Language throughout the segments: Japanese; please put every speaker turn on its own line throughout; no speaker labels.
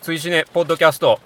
追試ねポッドキャスト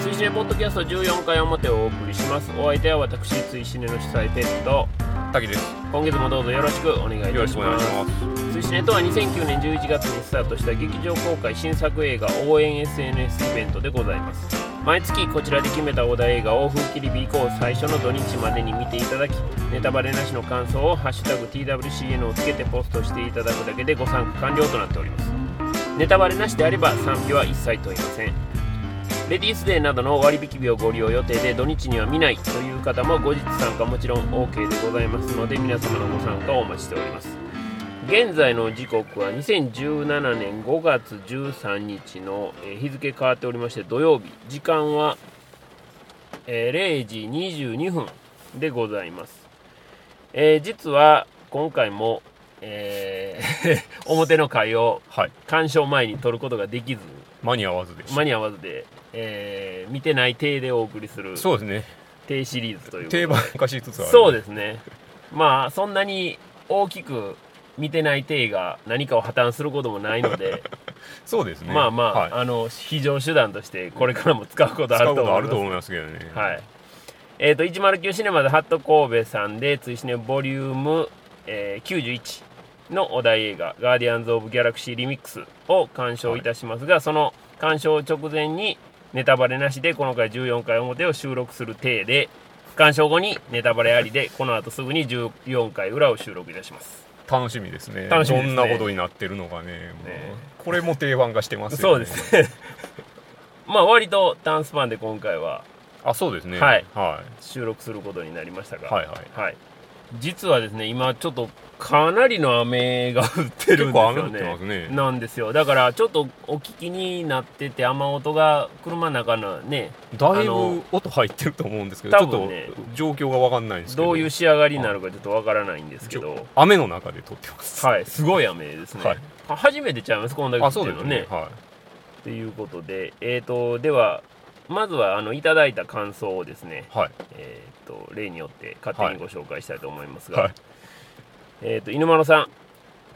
追試ねポッドキャスト14回表をお送りしますお相手は私追試ねの主催ペット
滝です
今月もどうぞよろしくお願いいた
よろし
し
くお願
ま
いし
す
ます
追試ねとは2009年11月にスタートした劇場公開新作映画応援 SNS イベントでございます毎月こちらで決めたお題映画を風切り日以降最初の土日までに見ていただきネタバレなしの感想を「ハッシュタグ #TWCN」をつけてポストしていただくだけでご参加完了となっておりますネタバレなしであれば賛否は一切問いませんレディースデーなどの割引日をご利用予定で土日には見ないという方も後日参加もちろん OK でございますので皆様のご参加をお待ちしております現在の時刻は2017年5月13日のえー日付変わっておりまして土曜日時間はえー0時22分でございます、えー実は今回も、えー 表の会を
はい
鑑賞前に撮ることができず
間に合わずでした
間に合わずで、えー見てない体でお送りする
そうですね
低シリーズということで
定番化しつつある
そうですねまあそんなに大きく見てない体が何かを破綻することもないので、
そうです ね
まあまあ、
はい
あの非常手段としてこれからも使うことあ
使
る
うことと
思
あ
い
る
ま
と
す
思いますけどね
はいえー、と109シネマズハット神戸さんで追試ねボリューム、えー91のお題映画「ガーディアンズ・オブ・ギャラクシー・リミックス」を鑑賞いたしますが、その鑑賞直前にネタバレなしでこの回14回表を収録する体で鑑賞後にネタバレありでこの後すぐに14回裏を収録いたします
楽しみですね
楽しみです
ど
ね
んなことになってるのかねもう
ね
これも定番化してます
そ
よ
う
ね
ですね まあ割と短スパンで今回は
あそうですね
はい
は
収録することになりましたが、
いはいはい
はい、実はですね今ちょっとかなりの雨が降ってる
結
んですよね
構雨降ってますね
なんですよだからちょっとお聞きになってて雨音が車の中のね
だい
あの
ぶ音入ってると思うんですけどちょっ
多分
と
ね
状況がわかんないんですけど
どういう仕上がりになるかちょっとわからないんですけど
雨の中で撮ってます
はいすごい雨ですね、
はい
は初めてちゃいますこんだけ降
あ
って
そうで
る
す
の
ね
ね
は
ということでえーとではまずはあのいただいた感想をですね
いはい
えーと例によって勝手にご紹介したいと思いますが、
はい
えー、と犬丸さん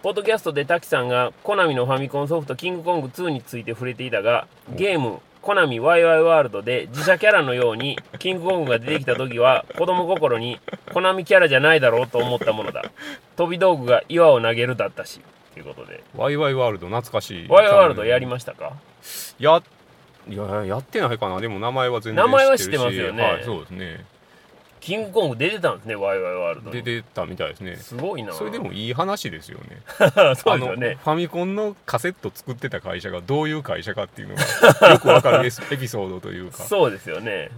ポッドキャストで滝さんがコナミのファミコンソフト「キングコング2」について触れていたがゲーム「コナミワイワイワールド」で自社キャラのようにキングコングが出てきた時は子供心にコナミキャラじゃないだろうと思ったものだ飛び道具が岩を投げるだったしということで
ワイワイワールド懐かしい
「ワイワイワールド」やり
ま
ましたか
やいややってないかなでも名前は全然
名前は
るし
知ってますよね
はいそうですね
キングコング出てたんですねワイワイワールドに
出てたみたいですね
すごいな
それでもいい話ですよね
そうですよ
あの
ね
ファミコンのカセット作ってた会社がどういう会社かっていうのが よくわかるエスエピソードというか
そうですよね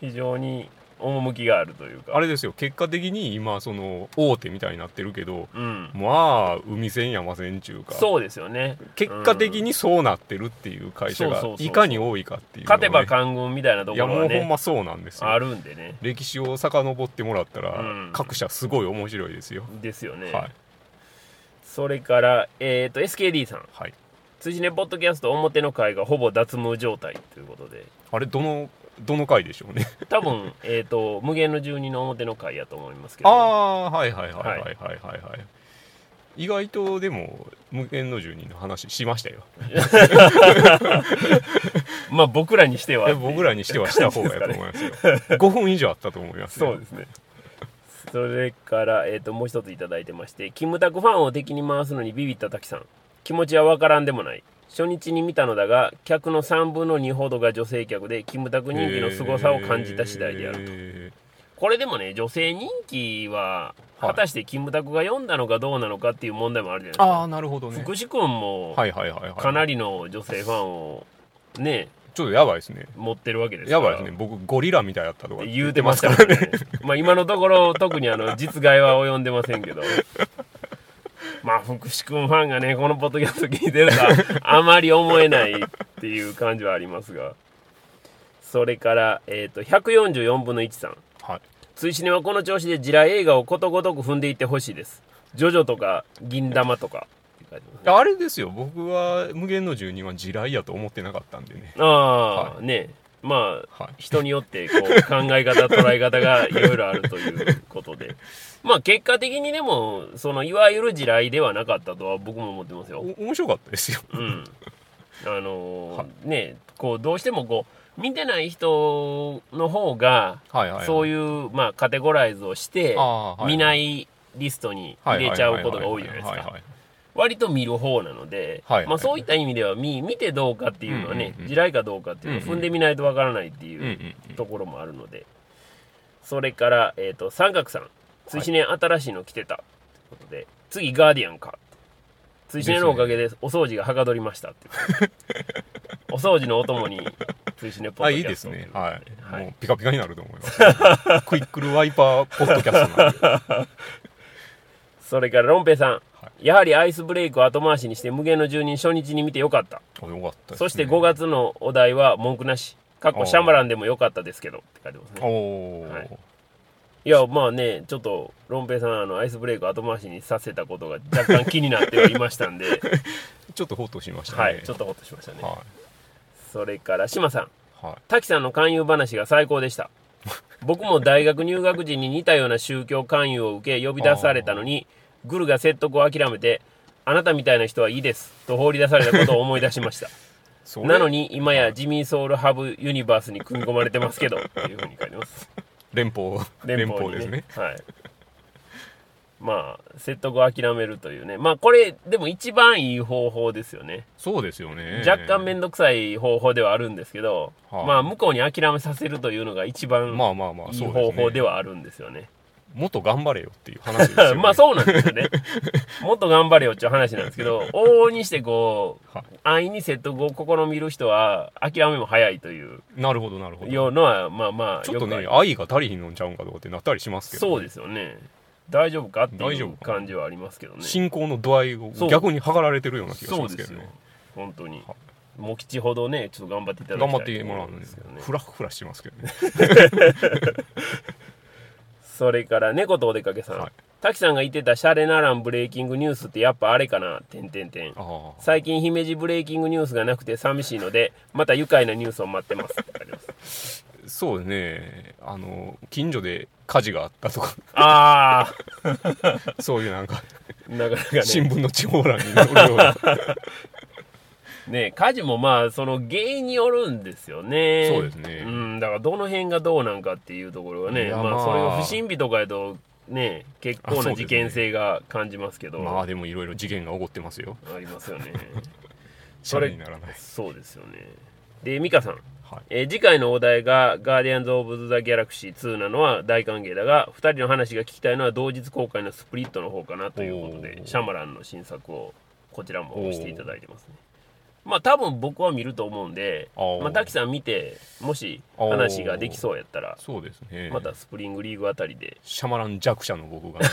非常に趣があるというか
あれですよ結果的に今その大手みたいになってるけど
うん
まあ海せん山せんちゅうか
そうですよね
結果的にそうなってるっていう会社
うん
が
そうそうそう
いかに多いかっていうのが
勝
ね、
てば官軍みたいなとこ
いや
ろ
も
は
うほん
ね
まそうなんですよ
あるんでね
歴史を遡ってもらったら、
うん
各社すごい面白いですよ、
ですよね、
はい
それから、えー、と SKD さん
はい
「辻ねポッドキャスト表の回がほぼ脱毛状態」ということで
あれどのどの回でしょう ね
多分えーと無限の住人の表の回やと思いますけ
あ
ど
あはいはいはいはい
は
はいはいはい、意外とでも無限の住人の話しましたよ
まあ僕らにしては
僕らにしてはした方がやと思い ますよ5分以上あったと思いますよ
そうですねそれから、えー、ともう一ついただいてましてキムタクファンを敵に回すのにビビった滝さん気持ちはわからんでもない初日に見たのだが客の3分の2ほどが女性客でキムタク人気の凄さを感じた次第である
る
これでもね女性人気
は
は
い
果たしてキムタクが読んだのかどうなのかっていう問題もあるじゃないですか、
ああなるほどね
福士君も
はいはいはいはい
かなりの女性ファンをね
ちょっとやばいですね
持ってるわけですか
や
ら
ばいですね僕ゴリラみたいだったとか
言うてましたからね まあ今のところ特にあの実害は及んでませんけどまあ福士君ファンがねこのポッドキャスト聞いてるとはあまり思えないっていう感じはありますがそれから、えー、と144分の1さん
はい
追試にはこの調子で地雷映画をことごとく踏んでいってほしいですジョジョとか銀玉とかって書いてますね
あれですよ僕は無限の住人は地雷やと思ってなかったんでね
ああ、ねまあ、
はい
人によってこう考え方捉え方がいろいろあるということでまあ結果的にでもそのいわゆる地雷ではなかったとは僕も思ってますよ。
お面白かったですよ
うん、あのー
は
ねこうどうしてもこう見てない人の方が
はいはい、はい、
そう
う
いう、まあ、カテゴライズをして
あーはい
見ないリストに入れちゃうことが多いじゃないです
はは
か
はは
割と見る方なので、
はいはい
まあ、そういった意味では見見てどうかっていうのはね、
うんうんうん
地雷かどうかっていうのを踏んでみないとわからないっていう。
うんうんうん
ところもあるのでそれから、えー、と三角さん「追試年新しいの来てた」ってことで「次ガーディアンか」「追試年のおかげでお掃除がはかどりました」っ ていうお掃除のお供に追試年ポ
あ
ッド
いい
キャ
で
ス
す
ト
ねはい、
はい
もうピカピカになると思いますクイックルワイパーポッドキャストなんで
それからロンペイさん、
は
やはりアイスブレイクを後回しにして無限の住人初日に見てよかった、
あよかったですね
そして5月のお題は文句なしかっこシャマランでもよかったですけどって書いてますね
おおー、
はいいやまあねちょっとロンペイさんあのアイスブレイク後回しにさせたことが若干気になってはいましたん で、
ちょっとほっとしましたね
はいちょっとほっとしましたね、
は
それから志麻さん
いはい
滝さんの勧誘話が最高で した僕も大学入学時に似たような宗教勧誘を受け呼び出されたのにグルが説得を諦めて「あなたみたいな人はいいです」と放り出されたことを思い出しました
それ
なのに今や自民ソウルハブユニバースに組み込まれてますけどっていうふうに書いてます
連邦連
連
邦
邦
で
に
すね
はいまあ説得を諦めるというねまあこれでも一番いい方法ですよね、
そうですよね
若干面倒くさい方法ではあるんですけど、
はい
まあ向こうに諦めさせるというのが一番
まあまあまあ
いい
そう
方
です、ね、
法ではあるんですよね
もっと頑張れよっていう話ですよね
まあそうなんですよねもっと頑張れよっていう話なんですけど往々にしてこう
は
安易に説得を試みる人は諦めも早いという
なるほどなるほど
ようのはまあまあ
ちょっと
よ
ね
くある
愛が足りひんのんちゃうんかとかってなったりしますけどね、
そうですよね大丈夫かって
大
い
丈
う
夫かな
感じはありますけどね
信仰の度合いを
そう
逆に測られてるような気がし
そ
ま
う
す
で
け
す
ど
よ
ね
本当に
は
茂吉ほどねちょっと頑張っていただきたい
頑張ってもらうんです
と
けど
ころ
ね
です
フ
よね
ラフラしてますけど ね
それから猫とお出かけさん、
はい
滝さんが言ってたシャレならんブレイキングニュースってやっぱあれかな点点
あ
点
あ
最近姫路ブレイキングニュースがなくて寂しいのでまた愉快なニュースを待っ てますって書いてます
そうですねあの近所で火事があったと か
あ
そういうなんか
あなかなかね
新聞の地方欄に載るような
ね火事もまあその原因によるんですよね
そうですね
うんだからどの辺がどうなんかっていうところが
い
ね
や
まあ、
まあ
それが不審火とかやとね結
あ
構
そう
な
ですね
事件性が感じますけど
まあでもいろいろ事件が起こってますよ
ありますよね
シャレにならない、
そうですよねで美香さん、
はい、
えー次回のお題が「ガーディアンズ・オブ・ザ・ギャラクシー2」なのは大歓迎だが2人の話が聞きたいのは同日公開のスプリットの方かなということで
おー
シャマランの新作をこちらも押していただいてますねまあ多分僕は見ると思うんで
おー
まあ、滝さん見てもし
おー
話ができそうやったら
そうですね
またスプリングリーグあたりで
シャマラン弱者の僕 が、ね、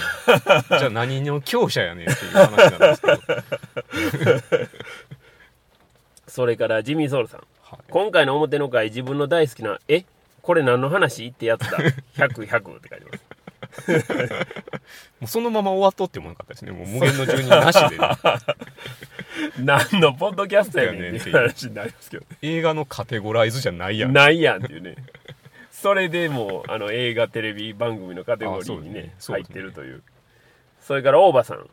じゃあ何の強者やねんっていう話なんですけど、
それからジミー・ソウルさん
はい、
今回の表の回自分の大好きな「えこれ何の話?」ってやつだ100100 100って書いてます
もうそのまま終わっとってもよかったですねもう無限の住人なしで、ね、
何のポッドキャストやねんっていう話になりますけどね
映画のカテゴライズじゃないやん
ないやんっていうねそれでもうあの映画テレビ番組のカテゴリーにね
あそう
入
ですねそうで
っ
すね
てるというそれから大場さん、
はい、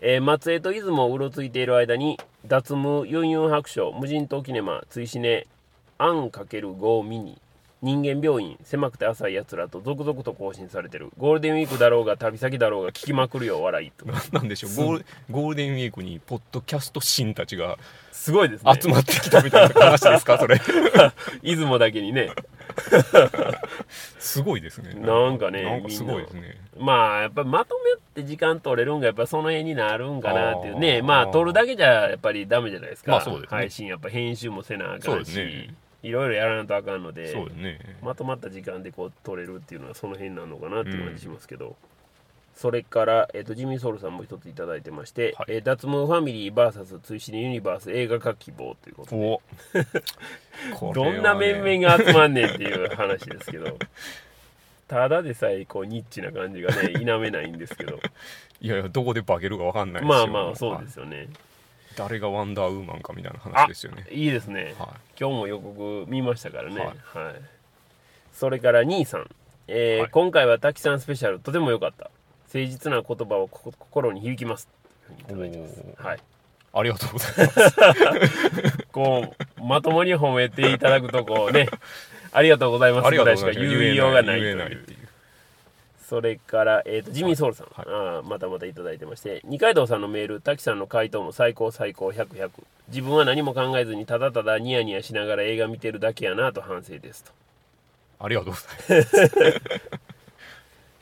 えー松江と出雲をうろついている間に「脱無ユンユン白書無人島キネマ追試ねアン ×5 ミニ」人間病院狭くて浅いやつらと続々と更新されてるゴールデンウィークだろうが旅先だろうが聞きまくるよ笑 いと
なんでしょうゴールゴールデンウィークにポッドキャスト神たちが
すごいですね
集まってきたみたいな話ですかそ れ
出雲だけにね
すごいですね
なんかね
なんかすごいですね
まあやっぱまとめって時間取れるんがやっぱその辺になるんかなっていうね
あー
まあ取るだけじゃやっぱりダメじゃないですか、
まあそうですね
配信やっぱ編集もせなあ
そ
か
うんで
し、
すね
いろいろやらなとあかんので
そうですね
まとまった時間でこう取れるっていうのはその辺なのかなっていう感じしますけど、それから、えっとジミー・ソウルさんも一ついただいてまして「
はい
えー脱毛ファミリー VS 追試にユニバース映画化希望」ということで
おこれは
ど
ね
んな面々が集まんねんっていう話ですけどただでさえこうニッチな感じがね否めないんですけど
いやいやどこで化けるかわかんないです
まあ
よ
まあそうですよね、
誰がワンダーウーマンかみたいな話ですよね
いいですね、
は
今日も予告見ましたからね、
はい
はいそれから兄さん、えー
はい
今回は滝さんスペシャルとても良かった誠実な言葉をこ心に響きますいただいてます
おー
はい、
ありがとうございます
こうまともに褒めていただくとこう ねありがとうございます
ありがとうご
し
ざ
か
います
言いようがないと
言え
い
ないう
それから、えー、とジミー・ソウルさん、
はい
あーまたまたいただいてまして二階堂さんのメール滝さんの回答も最高最高100100自分は何も考えずにただただニヤニヤしながら映画見てるだけやなと反省ですと
ありがとうございま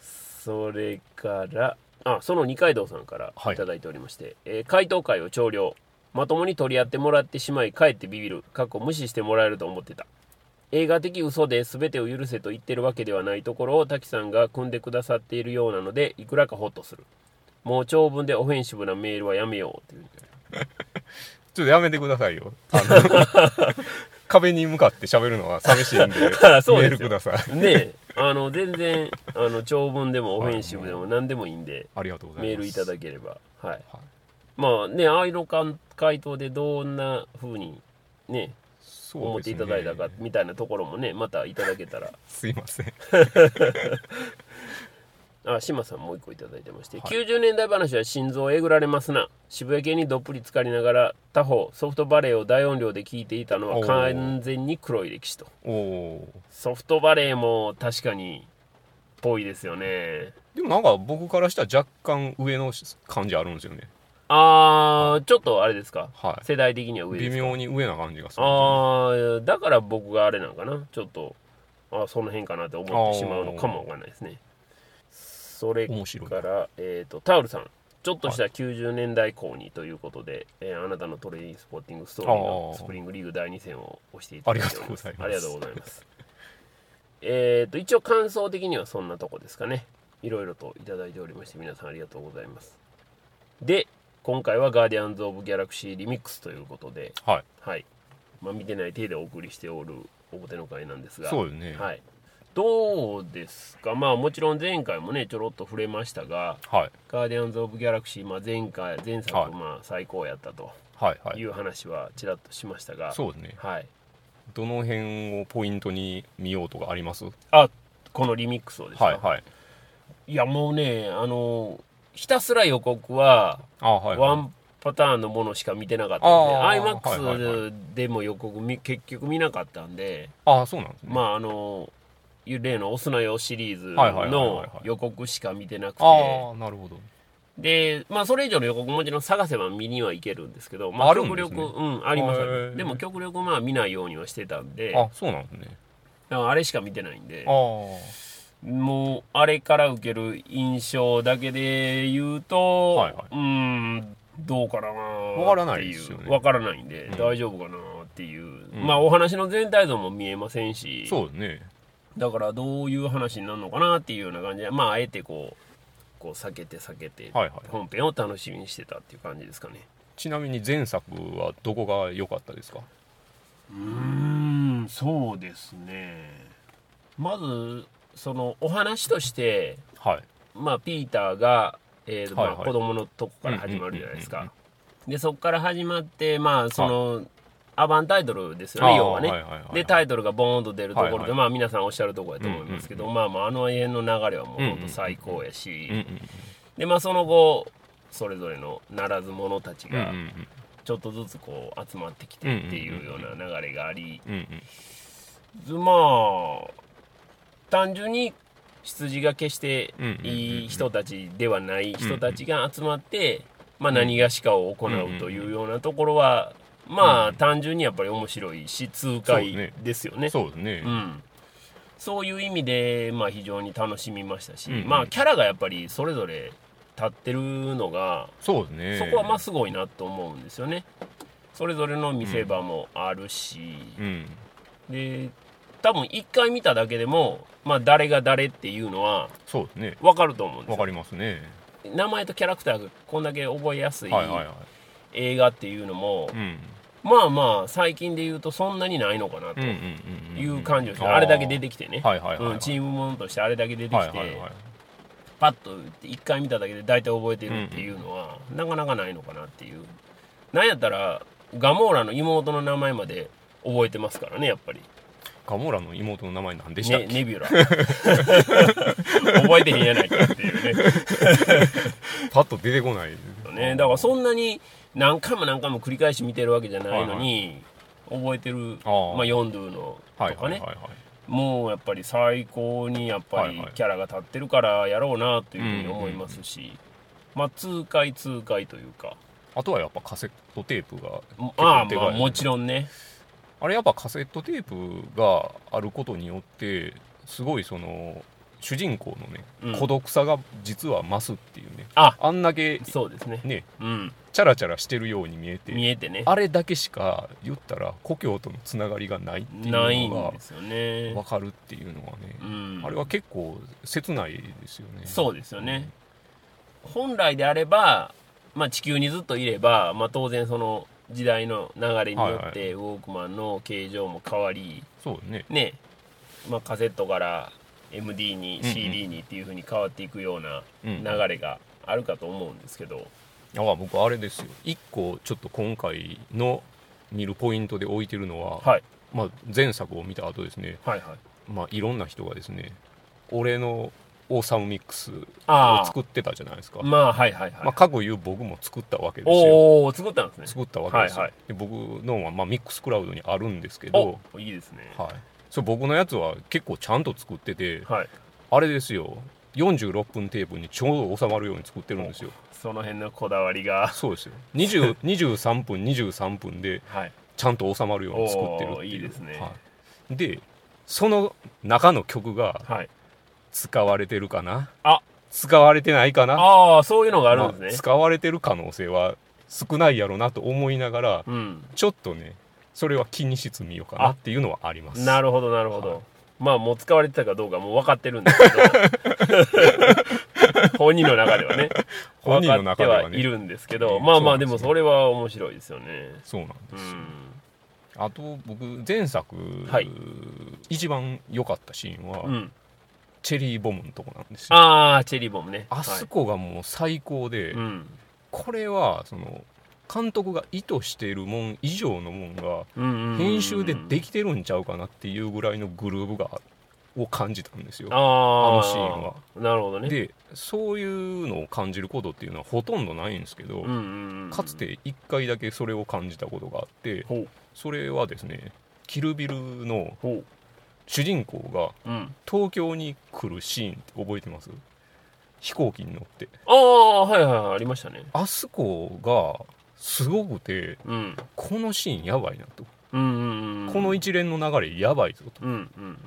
す
それからあその二階堂さんから
はい
いただいておりまして、えー回答会を調量まともに取り合ってもらってしまいかえってビビる過去無視してもらえると思ってた映画的嘘で全てを許せと言ってるわけではないところを滝さんが組んでくださっているようなのでいくらかホッとするもう長文でオフェンシブなメールはやめようという
ちょっとやめてくださいよあの 壁に向かって喋るのは寂しいんで
そ
メ
うですよ
ールください
ねえあの全然あの長文でもオフェンシブでも何でもいいんで
ありがとうございます
メールいただければはい
はい
まあね愛のかん回答でどんな風にね
そ
思
う
っ
ですね
ていただいたかみたいなところもねまたいただけたら
すいません
あ島さんもう一個いただいてまして、
はい
90年代話は心臓をえぐられますな渋谷系にどっぷり浸かりながら他方ソフトバレーを大音量で聞いていたのは
おー
完全に黒い歴史と
おお
ソフトバレーも確かにっぽいですよね
ーでもなんか僕からしたら若干上の感じあるんですよね
あーちょっとあれですか
はい
世代的には上です
微
か
妙に上な感じがする
ああだから僕があれなんかなちょっとあーその辺かなって思ってしまうのかもわかんないですねそれ
面白い
から、えー、とタオルさんちょっとした90年代後にということで、えーあなたのトレインスポッティングストーリーの
あー
スプリングリーグ第2戦を押していただいております
あ
あ
りが
りがと
と
う
う
ございますえっと一応感想的にはそんなとこですかねいろいろといただいておりまして皆さんありがとうございますで今回は「ガーディアンズ・オブ・ギャラクシー・リミックス」ということで
はい
はい、まあ、見てない体でお送りしておる表の会なんですが
そうよねは
はい、どうですかまあもちろん前回もねちょろっと触れましたが
い
「ガーディアンズ・オブ・ギャラクシー」まあ、前回前作、
はい
まあ最高やったと
はいはい
いう話はちらっとしましたが、
そうですね
はい、
どの辺をポイントに見ようとかあります
あこのリミックスをですか、
はいはい
いやもうねあのひたすら予告は
あはい
ワ
はい
ンパターンのものしか見てなかった
あー
んで IMAX、
はいはい
でも予告み結局見なかったんで
あそうなんですね
まああの例の「オスなよ」シリーズ
はいはいはいはい
の
はい
予告しか見てなくて
ああなるほど
でまあそれ以上の予告もちろん探せば見にはいけるんですけど、ま
あるん
極力
ですね
うんありますあります
へー
でも極力まあ見ないようにはしてたんでだ
あ
か
そうなんですね
らあれしか見てないんで
ああ
もうあれから受ける印象だけで言うと、
はいはいう
ーんどうかなー
わからないですよ
っ
ね
てうわからないんで、
うん
大丈夫かなーっていう、
うん
まあお話の全体像も見えませんし
そうですね
だからどういう話になるのかなっていうような感じでまああえてこうこう避けて避けて、
はいはい
本編を楽しみにしてたっていう感じですかね
ちなみに前作はどこが良かったですか
うーんそうですねまずそのお話として
はい
まあ、ピーターが、えー
はいはい
まあ、子供のとこから始まるじゃないです
うんうん
か。でそこから始まってまあそのアバンタイトルですよ
あ
ね
ー
要はね。
はいはいはいはい
でタイトルがボーンと出るところで、
はいはい
まあ皆さんおっしゃるところやと思いますけど、
う
まあまああの辺の流れはもうほんと最高やし、
うんうん
でまあその後それぞれのならず者たち
うんうん
がちょっとずつこう集まってきてっていうような流れがあり、
うんうん
まあ単純に羊が決していい人たちではない人たちが集まって、まあ、何がしかを行うというようなところは、まあ単純にやっぱり面白いし痛快ですよね。
そうですね
うんそういう意味で、まあ、非常に楽しみましたし、
うん
まあ、キャラがやっぱりそれぞれ立ってるのが
そうですね
そこはまあすごいなと思うんですよね。それぞれの見せ場もあるし、
うん
で多分一回見ただけでも、まあ、誰が誰っていうのは
そうですね
分かると思うんで
わ
すよ
かりますね
名前とキャラクターがこんだけ覚えやすい
はいはいは
映画っていうのも、
いうん
まあまあ最近で言うとそんなにないのかな
うんうん
と
うんうん
いう感じです、
ー
あれだけ出てきてね、
はいはいはいはい
うんチームものとしてあれだけ出てきて、
はいはいはい
パッと一回見ただけで大体覚えてるっていうのは、なかなかないのかなっていうなんやったらガモーラの妹の名前まで覚えてますからねやっぱり
ガモーラの妹の名前なんでしたっ
ね、
け、
ネビュラ 覚えてへんやないかっていうね
パッと出てこない
ねだからそんなに何回も何回も繰り返し見てるわけじゃないのに、覚えてる
あー
まあ、ヨンドゥのとか
はい
ね、
はいはいはい
もうやっぱり最高にやっぱ
はい
り
はい
キャラが立ってるからやろうなというふうに思いますし、まあ痛快痛快というか
あとはやっぱカセットテープが結構
まあ
で
ま
か
あ
い
もちろんね
あれやっぱカセットテープがあることによってすごいその主人公のね、
うん
孤独さが実は増すっていうね
あ
あんだけ
そうですね
ね
うん
チャラチャラしてるように見えて
見えてね
あれだけしか言ったら故郷とのつながりがないってい
ないう
の
ん
が
ですよね
分かるっていうのはね、
うん
あれは結構切ないですよね
そうですよね本来であれば、まあ、地球にずっといれば、まあ、当然その時代の流れによって、ウォークマンの形状も変わり
そうよね
ね、まあ、カセットから MD に
うんうん
CD にっていう風に変わっていくような
うん
流れがあるかと思うんですけど、
あ僕あれですよ一個ちょっと今回の見るポイントで置いてるのは、
はい
まあ、前作を見た後ですね、
はいはい
まあ、いろんな人がですね俺のオーサムミックス
あ
を
あ
作ってたじゃないですか
まあはいはいはい、
まあ、かくいう僕も作ったわけですよ
おお作ったんですね
作ったわけですよ、
はいはい
で僕のは、まあ、ミックスクラウドにあるんですけど
お、いいですね
はい、そう僕のやつは結構ちゃんと作ってて
はい
あれですよ46分テープにちょうど収まるように作ってるんですよ
その辺のこだわりが
そうですよ20 23分23分で
はい
ちゃんと収まるように作ってるっていう
おーいいですね
はい、でその中の曲が
はい
使われてるかな
あ
使われてないかな
ああそういうのがあるん
まあ
ですね、
使われてる可能性は少ないやろなと思いながら
うん
ちょっとねそれは気にしつみようかなっていうのはあります
なるほどなるほど、
はい
まあもう使われてたかどうかもう分かってるんです けど本人の中ではね
本人の中ではね
分かっているんですけど、
ね
まあまあ
そうなん
で
ですよ
もそれは面白いですよね
そうなんで
う
すよ、
ん
あと僕前作、
はい
一番良かったシーンは、
うん、
チェリーボムのとこなんですよあ
ああチェリーボムね
そこがもう最高で、
はいうん
これはその監督が意図しているもん以上のもんが
うんうんうん、
編集でできてるんちゃうかなっていうぐらいのグルーヴがを感じたんですよ
ああ
のシーンは
なるほどね
でそういうのを感じることっていうのはほとんどないんですけど、
うんうんうん
かつて1回だけそれを感じたことがあって
ほう
それはですねキルビルの
ほ
主人公が
う、うん、
東京に来るシーンって覚えてます飛行機に乗って
ああはいはいはいありましたね
あそこがすごくて
うん
このシーンやばいなと、
うんうんうん
この一連の流れやばいぞと
うんうんうん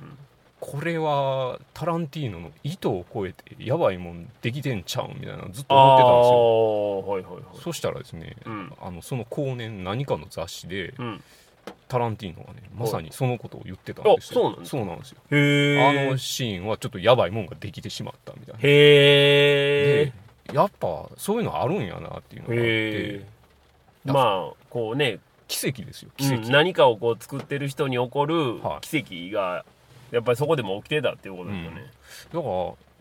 これはタランティーノの意図を超えてやばいもんできてんちゃうんみたいなのずっと思ってたんですよ
思ってたんですよはいはいはい
そしたらですね
うん
あのその後年何かの雑誌で
うん
タランティーノがねまさにそのことを言ってたん
お
ですよ
そうなんです
そうなんですよ
へ
あ
え
のシーンはちょっとやばいもんができてしまったみたいな
へえ
でやっぱそういうのあるんやなっていうのがあって
へえまあこうね、
奇跡ですよ
う
奇
ん
跡、
何かをこう作ってる人に起こる
は
奇跡がやっぱりそこでも起きてたっていうことですよね、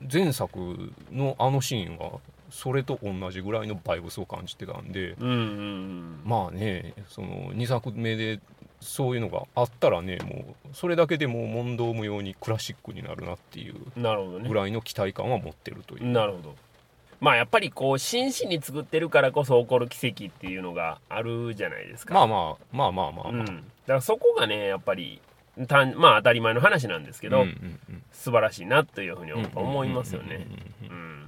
だから前作のあのシーンはそれと同じぐらいのバイブスを感じてたんで
うん、うんうん
まあねその2作目でそういうのがあったらねもうそれだけでもう問答無用にクラシックになるなっていう
なるほどね
ぐらいの期待感は持ってるという、
なるほどまあやっぱりこう真摯に作ってるからこそ起こる奇跡っていうのがあるじゃないですか
まあまあまあまあまあ
う
まあ
ん、だからそこがねやっぱりたんまあ当たり前の話なんですけ
うん
ど、
うんうん
素晴らしいなというふうにやっぱ思いますよね、
うんうんうんうん
うん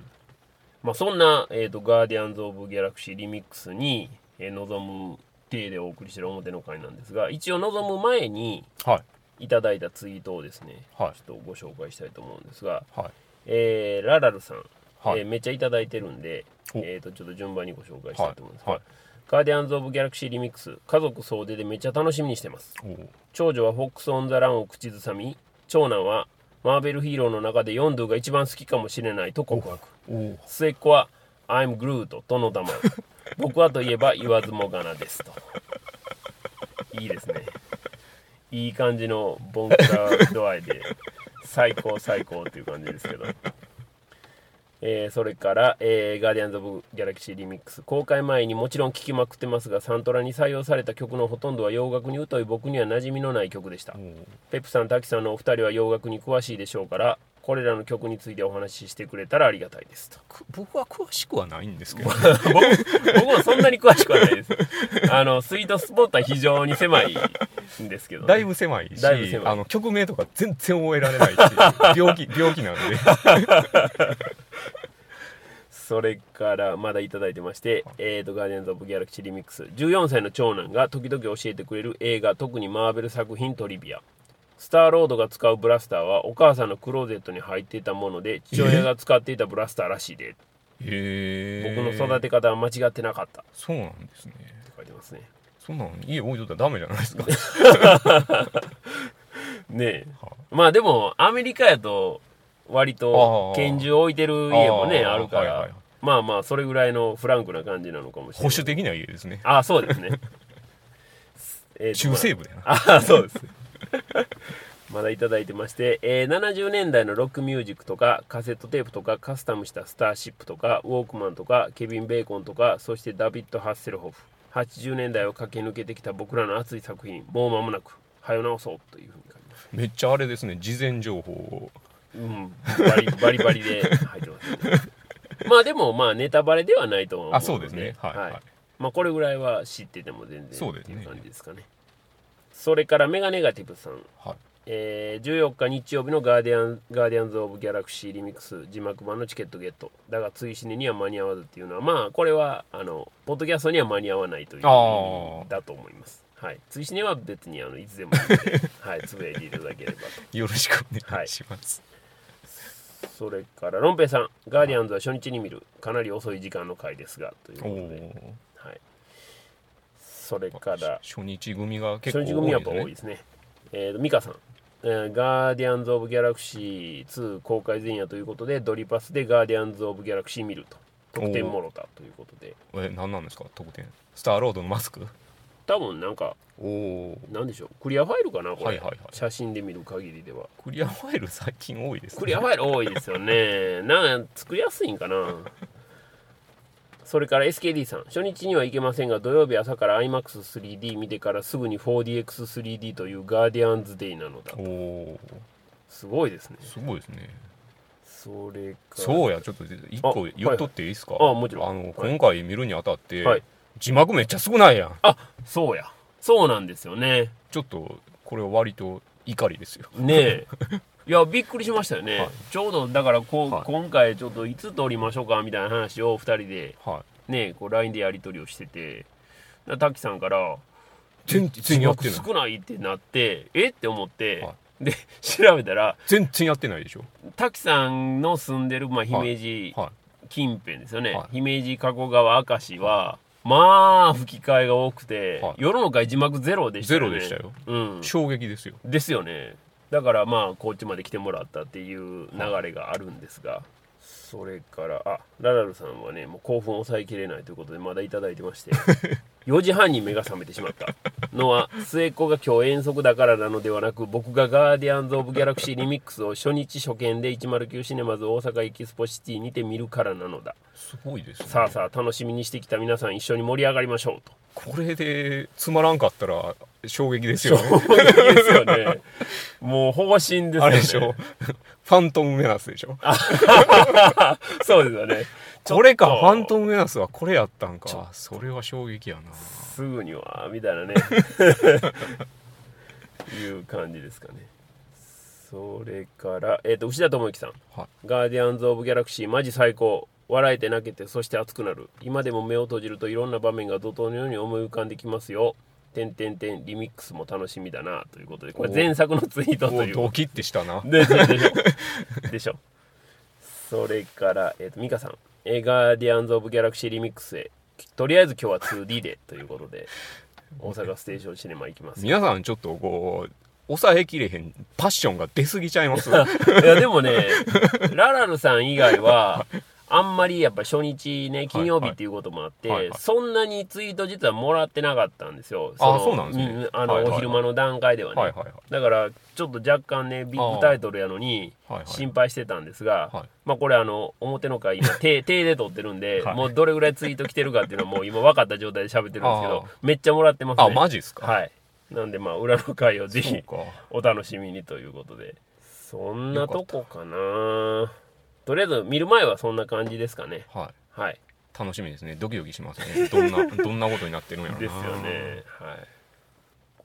まあ、そんな、えーと「ガーディアンズ・オブ・ギャラクシー・リミックスに」えー臨む体でお送りしてる表の回なんですが一応臨む前に
はい
いただいたツイートをですね
はい
ちょっとご紹介したいと思うんですが、
はい
えーララルさん、
はい
えーめっちゃいただいてるんで、
お
えー、とちょっと順番にご紹介したいと思うんですが「
はい
ガーディアンズ・オブ・ギャラクシー・リミックス」家族総出でめっちゃ楽しみにしてます
おう
長女はフォックス・オン・ザ・ランを口ずさみ長男はマーベルヒーローの中でヨンドゥが一番好きかもしれないと告白
おう
末っ子は「I'm Groot」とのたま 僕はといえば言わずもがなですといいですねいい感じのボンクラ度合いで最高最高っていう感じですけど、えーそれから、えーガーディアンズ・オブ・ギャラクシー・リミックス公開前にもちろん聴きまくってますがサントラに採用された曲のほとんどは洋楽に疎い僕には馴染みのない曲でした
おー
ペップさん、滝さんのお二人は洋楽に詳しいでしょうから、これらの曲についてお話ししてくれたらありがたいですと。
く僕は詳しくはないんですけど
僕 僕もそんなに詳しくはないです。あの、スイートスポットは非常に狭いんですけどね、
だいぶ狭いし
だいぶ狭い
あの曲名とか全然覚えられないし病気病気なん で
それから、まだいただいてまして、えーと、ガーディアンズ・オブ・ギャラクシー・リミックス。14歳の長男が時々教えてくれる映画、特にマーベル作品トリビア。スターロードが使うブラスターはお母さんのクローゼットに入っていたもので父親が使っていたブラスターらしいで僕
へ
の
え
育て方は間違ってなかったっ
そうなんですね
て書いてますね
そんなん家置いとったらダメじゃない ですか
ねえ
はい
まあでもアメリカやと割と
ああ
拳銃置いてる家もね
ああ
あるから、
はいはいはい
まあまあそれぐらいのフランクな感じなのかもしれ
保
ない
守的な家ですね
ああそうで すねえーと
中西部だよな
ああそうです まだいただいてまして、えー70年代のロックミュージックとかカセットテープとかカスタムしたスターシップとかウォークマンとかケビン・ベーコンとかそしてダビッド・ハッセルホフ80年代を駆け抜けてきた僕らの熱い作品もう間もなく「はよ直そう」というふうに感じます
めっちゃあれですね事前情報を
うんバリ バリバリで入ってます、ね、まあでもまあネタバレではないとは思うの
あそうですねはいはい
まあこれぐらいは知ってても全然
そうですね
っていう感じですかねそれからメガネガティブさん
はい
えー14日日曜日のガーディアン「ガーディアンズ・オブ・ギャラクシー・リミックス」字幕版のチケットゲットだが追試には間に合わずっていうのはまあこれはあのポッドキャストには間に合わないという意
あ
味
ー
だと思います、はい、追試には別にあのいつでもいいの で、はい、つぶやいていただければと
よろしくお願いします、
それからロンペイさん「ガーディアンズは初日に見るかなり遅い時間の回ですが」というこ
お
とで、
お
はい、それから
初日組が結
初
構
日組はやっぱ
多い
多い
で
ですね。えーと、ミカさん、えーガーディアンズ・オブ・ギャラクシー2公開前夜ということで、ドリパスでガーディアンズ・オブ・ギャラクシー見ると、得点もろたということで、
すねえ何なんですか特典スターロードのマスク
多分なんか、
おお
なんでしょう、クリアファイルかな、これ、
はいはいはい
写真で見る限りでは。
クリアファイル最近多いですね
クリアファイル多いです よね。なんか作りやすいんかな。それから SKD さん初日には行けませんが土曜日朝から iMAX3D 見てからすぐに 4DX3D というガーディアンズデイなのだ
おお
すごいですね
すごいですね
それか
そうやちょっと一
あ
個言っとっていいですか
はいはいあもちろん
あの
はい
今回見るにあたって、
はい
字幕めっちゃ少ないやん
あそうやそうなんですよね
ちょっとこれは割と怒りですよ
ねえいやびっくりしましたよね、
はい
ちょうどだからこう、
はい
今回ちょっといつ撮りましょうかみたいな話を2人で
はい
ねこう LINE でやり取りをしててだから滝さんから
全然やってない
少ないってなってえって思って、
は
で 調べたら
全然やってないでしょ
滝さんの住んでる、まあ、姫路
は
近辺ですよね、
はい
姫路加古川明石はまあ吹き替えが多くて、
はい
夜の会字幕ゼロで
い
した
ゼ
よね
ロでしたよ
うん、
衝撃ですよ
ですよねだからまあこっちまで来てもらったっていう流れがあるんですが、それからあララルさんはねもう興奮を抑えきれないということでまだいただい てまして4時半に目が覚めてしまったのは末っ子が今日遠足だからなのではなく僕が「ガーディアンズ・オブ・ギャラクシー・リミックス」を初日初見で109シネマズ大阪エキスポシティにて見るからなのだ
すごいですね
さあさあ楽しみにしてきた皆さん一緒に盛り上がりましょうと
これでつまらんかったら衝撃ですよ、ね、
そうですよ ねもう方針ですよね
あれでしょ ファントムメナスでしょ
そうですよね
これかファントムメナスはこれやったんかそれは衝撃やな
すぐにはみたいなねいう感じですかねそれから、えー、と牛田智之さん
はい
「ガーディアンズ・オブ・ギャラクシー」マジ最高笑えて泣けてそして熱くなる今でも目を閉じるといろんな場面が怒涛のように思い浮かんできますよ「てんてんてんリミックスも楽しみだな」ということでこれ前作のツイートと
お
いう
ドキッてしたな
でしょでしょでしょそれから、えー、とミカさん「えーガーディアンズ・オブ・ギャラクシー・リミックスへ」とりあえず今日は 2D でということで大阪ステーションシネマ行きますい
皆さんちょっとこう抑えきれへん パッションが出過ぎちゃいます
やでもねララルさん以外はあんまりやっぱ初日ね金曜日っていうこともあって、
はいはい
そんなにツイート実はもらってなかったんですよ
あ
の
そうなんですね
あの、
はいはいはい
お昼間の段階ではね、
はいはいはい
だからちょっと若干ねビッグタイトルやのに
はいはい
心配してたんですが、
はい
まあこれあの表の 回今手手で撮ってるんで、
はい
もうどれぐらいツイート来てるかっていうのはもう今分かった状態で喋ってるんですけど
あ
めっちゃもらってますね
あマジですか
はいなんでまあ裏の回をぜ
そう
ひ
か
お楽しみにということでそんなとこかなとりあえず見る前はそんな感じですかね
は
はい
い楽しみですねドキドキしますねどんな どんなことになってるんやろう
で
な
すよねはい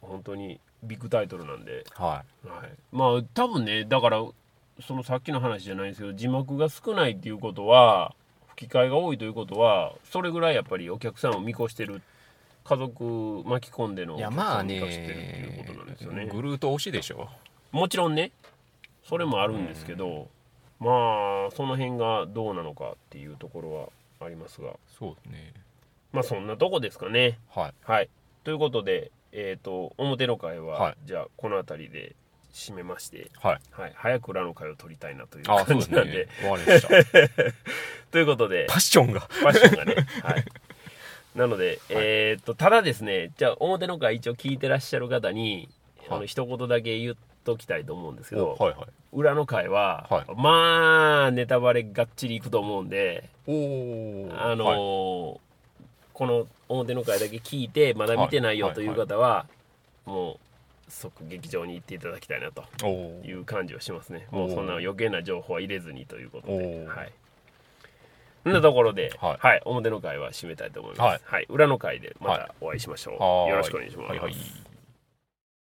本当にビッグタイトルなんで、
は
はい、まあ多分ねだからそのさっきの話じゃないんですけど字幕が少ないっていうことは吹き替えが多いということはそれぐらいやっぱりお客さんを見越してる家族巻き込んでの
い
お
いや
客
ま
さ
あ
んを見越してるっていうことなん
ね
ですよね
グルート推しでしょ
もちろんねそれもあるんですけど、まあその辺がどうなのかっていうところはありますが
そうですね
まあそんなとこですかね
はい
はいということでえっ、と表の会は、
はい
じゃあこの辺りで締めまして、
はい
はい、早く裏の会を取りたいなという
あそうで
感じ
す
なん
ね
で
わかりました
ということで
パッションが
ファッションがね はいなので、えっ、とただですねじゃあ表の会一応聞いてらっしゃる方に、あ
は
の
い
一言だけ言っときたいと思うんですけど、
はいはい
裏の回は、
は
まあネタバレがっちりいくと思うんで
おお
あのーこの表の回だけ聞いてまだ見てないよ
はい
という方は、もう即劇場に行っていただきたいなと
おお
いう感じはしますねもう
おー
そんな余計な情報は入れずにということ
お
で
ー
はいそんなところで、は
はいい
表の回は締めたいと思います、は
はいい
裏の回でま
は
たお会いしましょう、
はーい
よろしくお願いします、
はいはい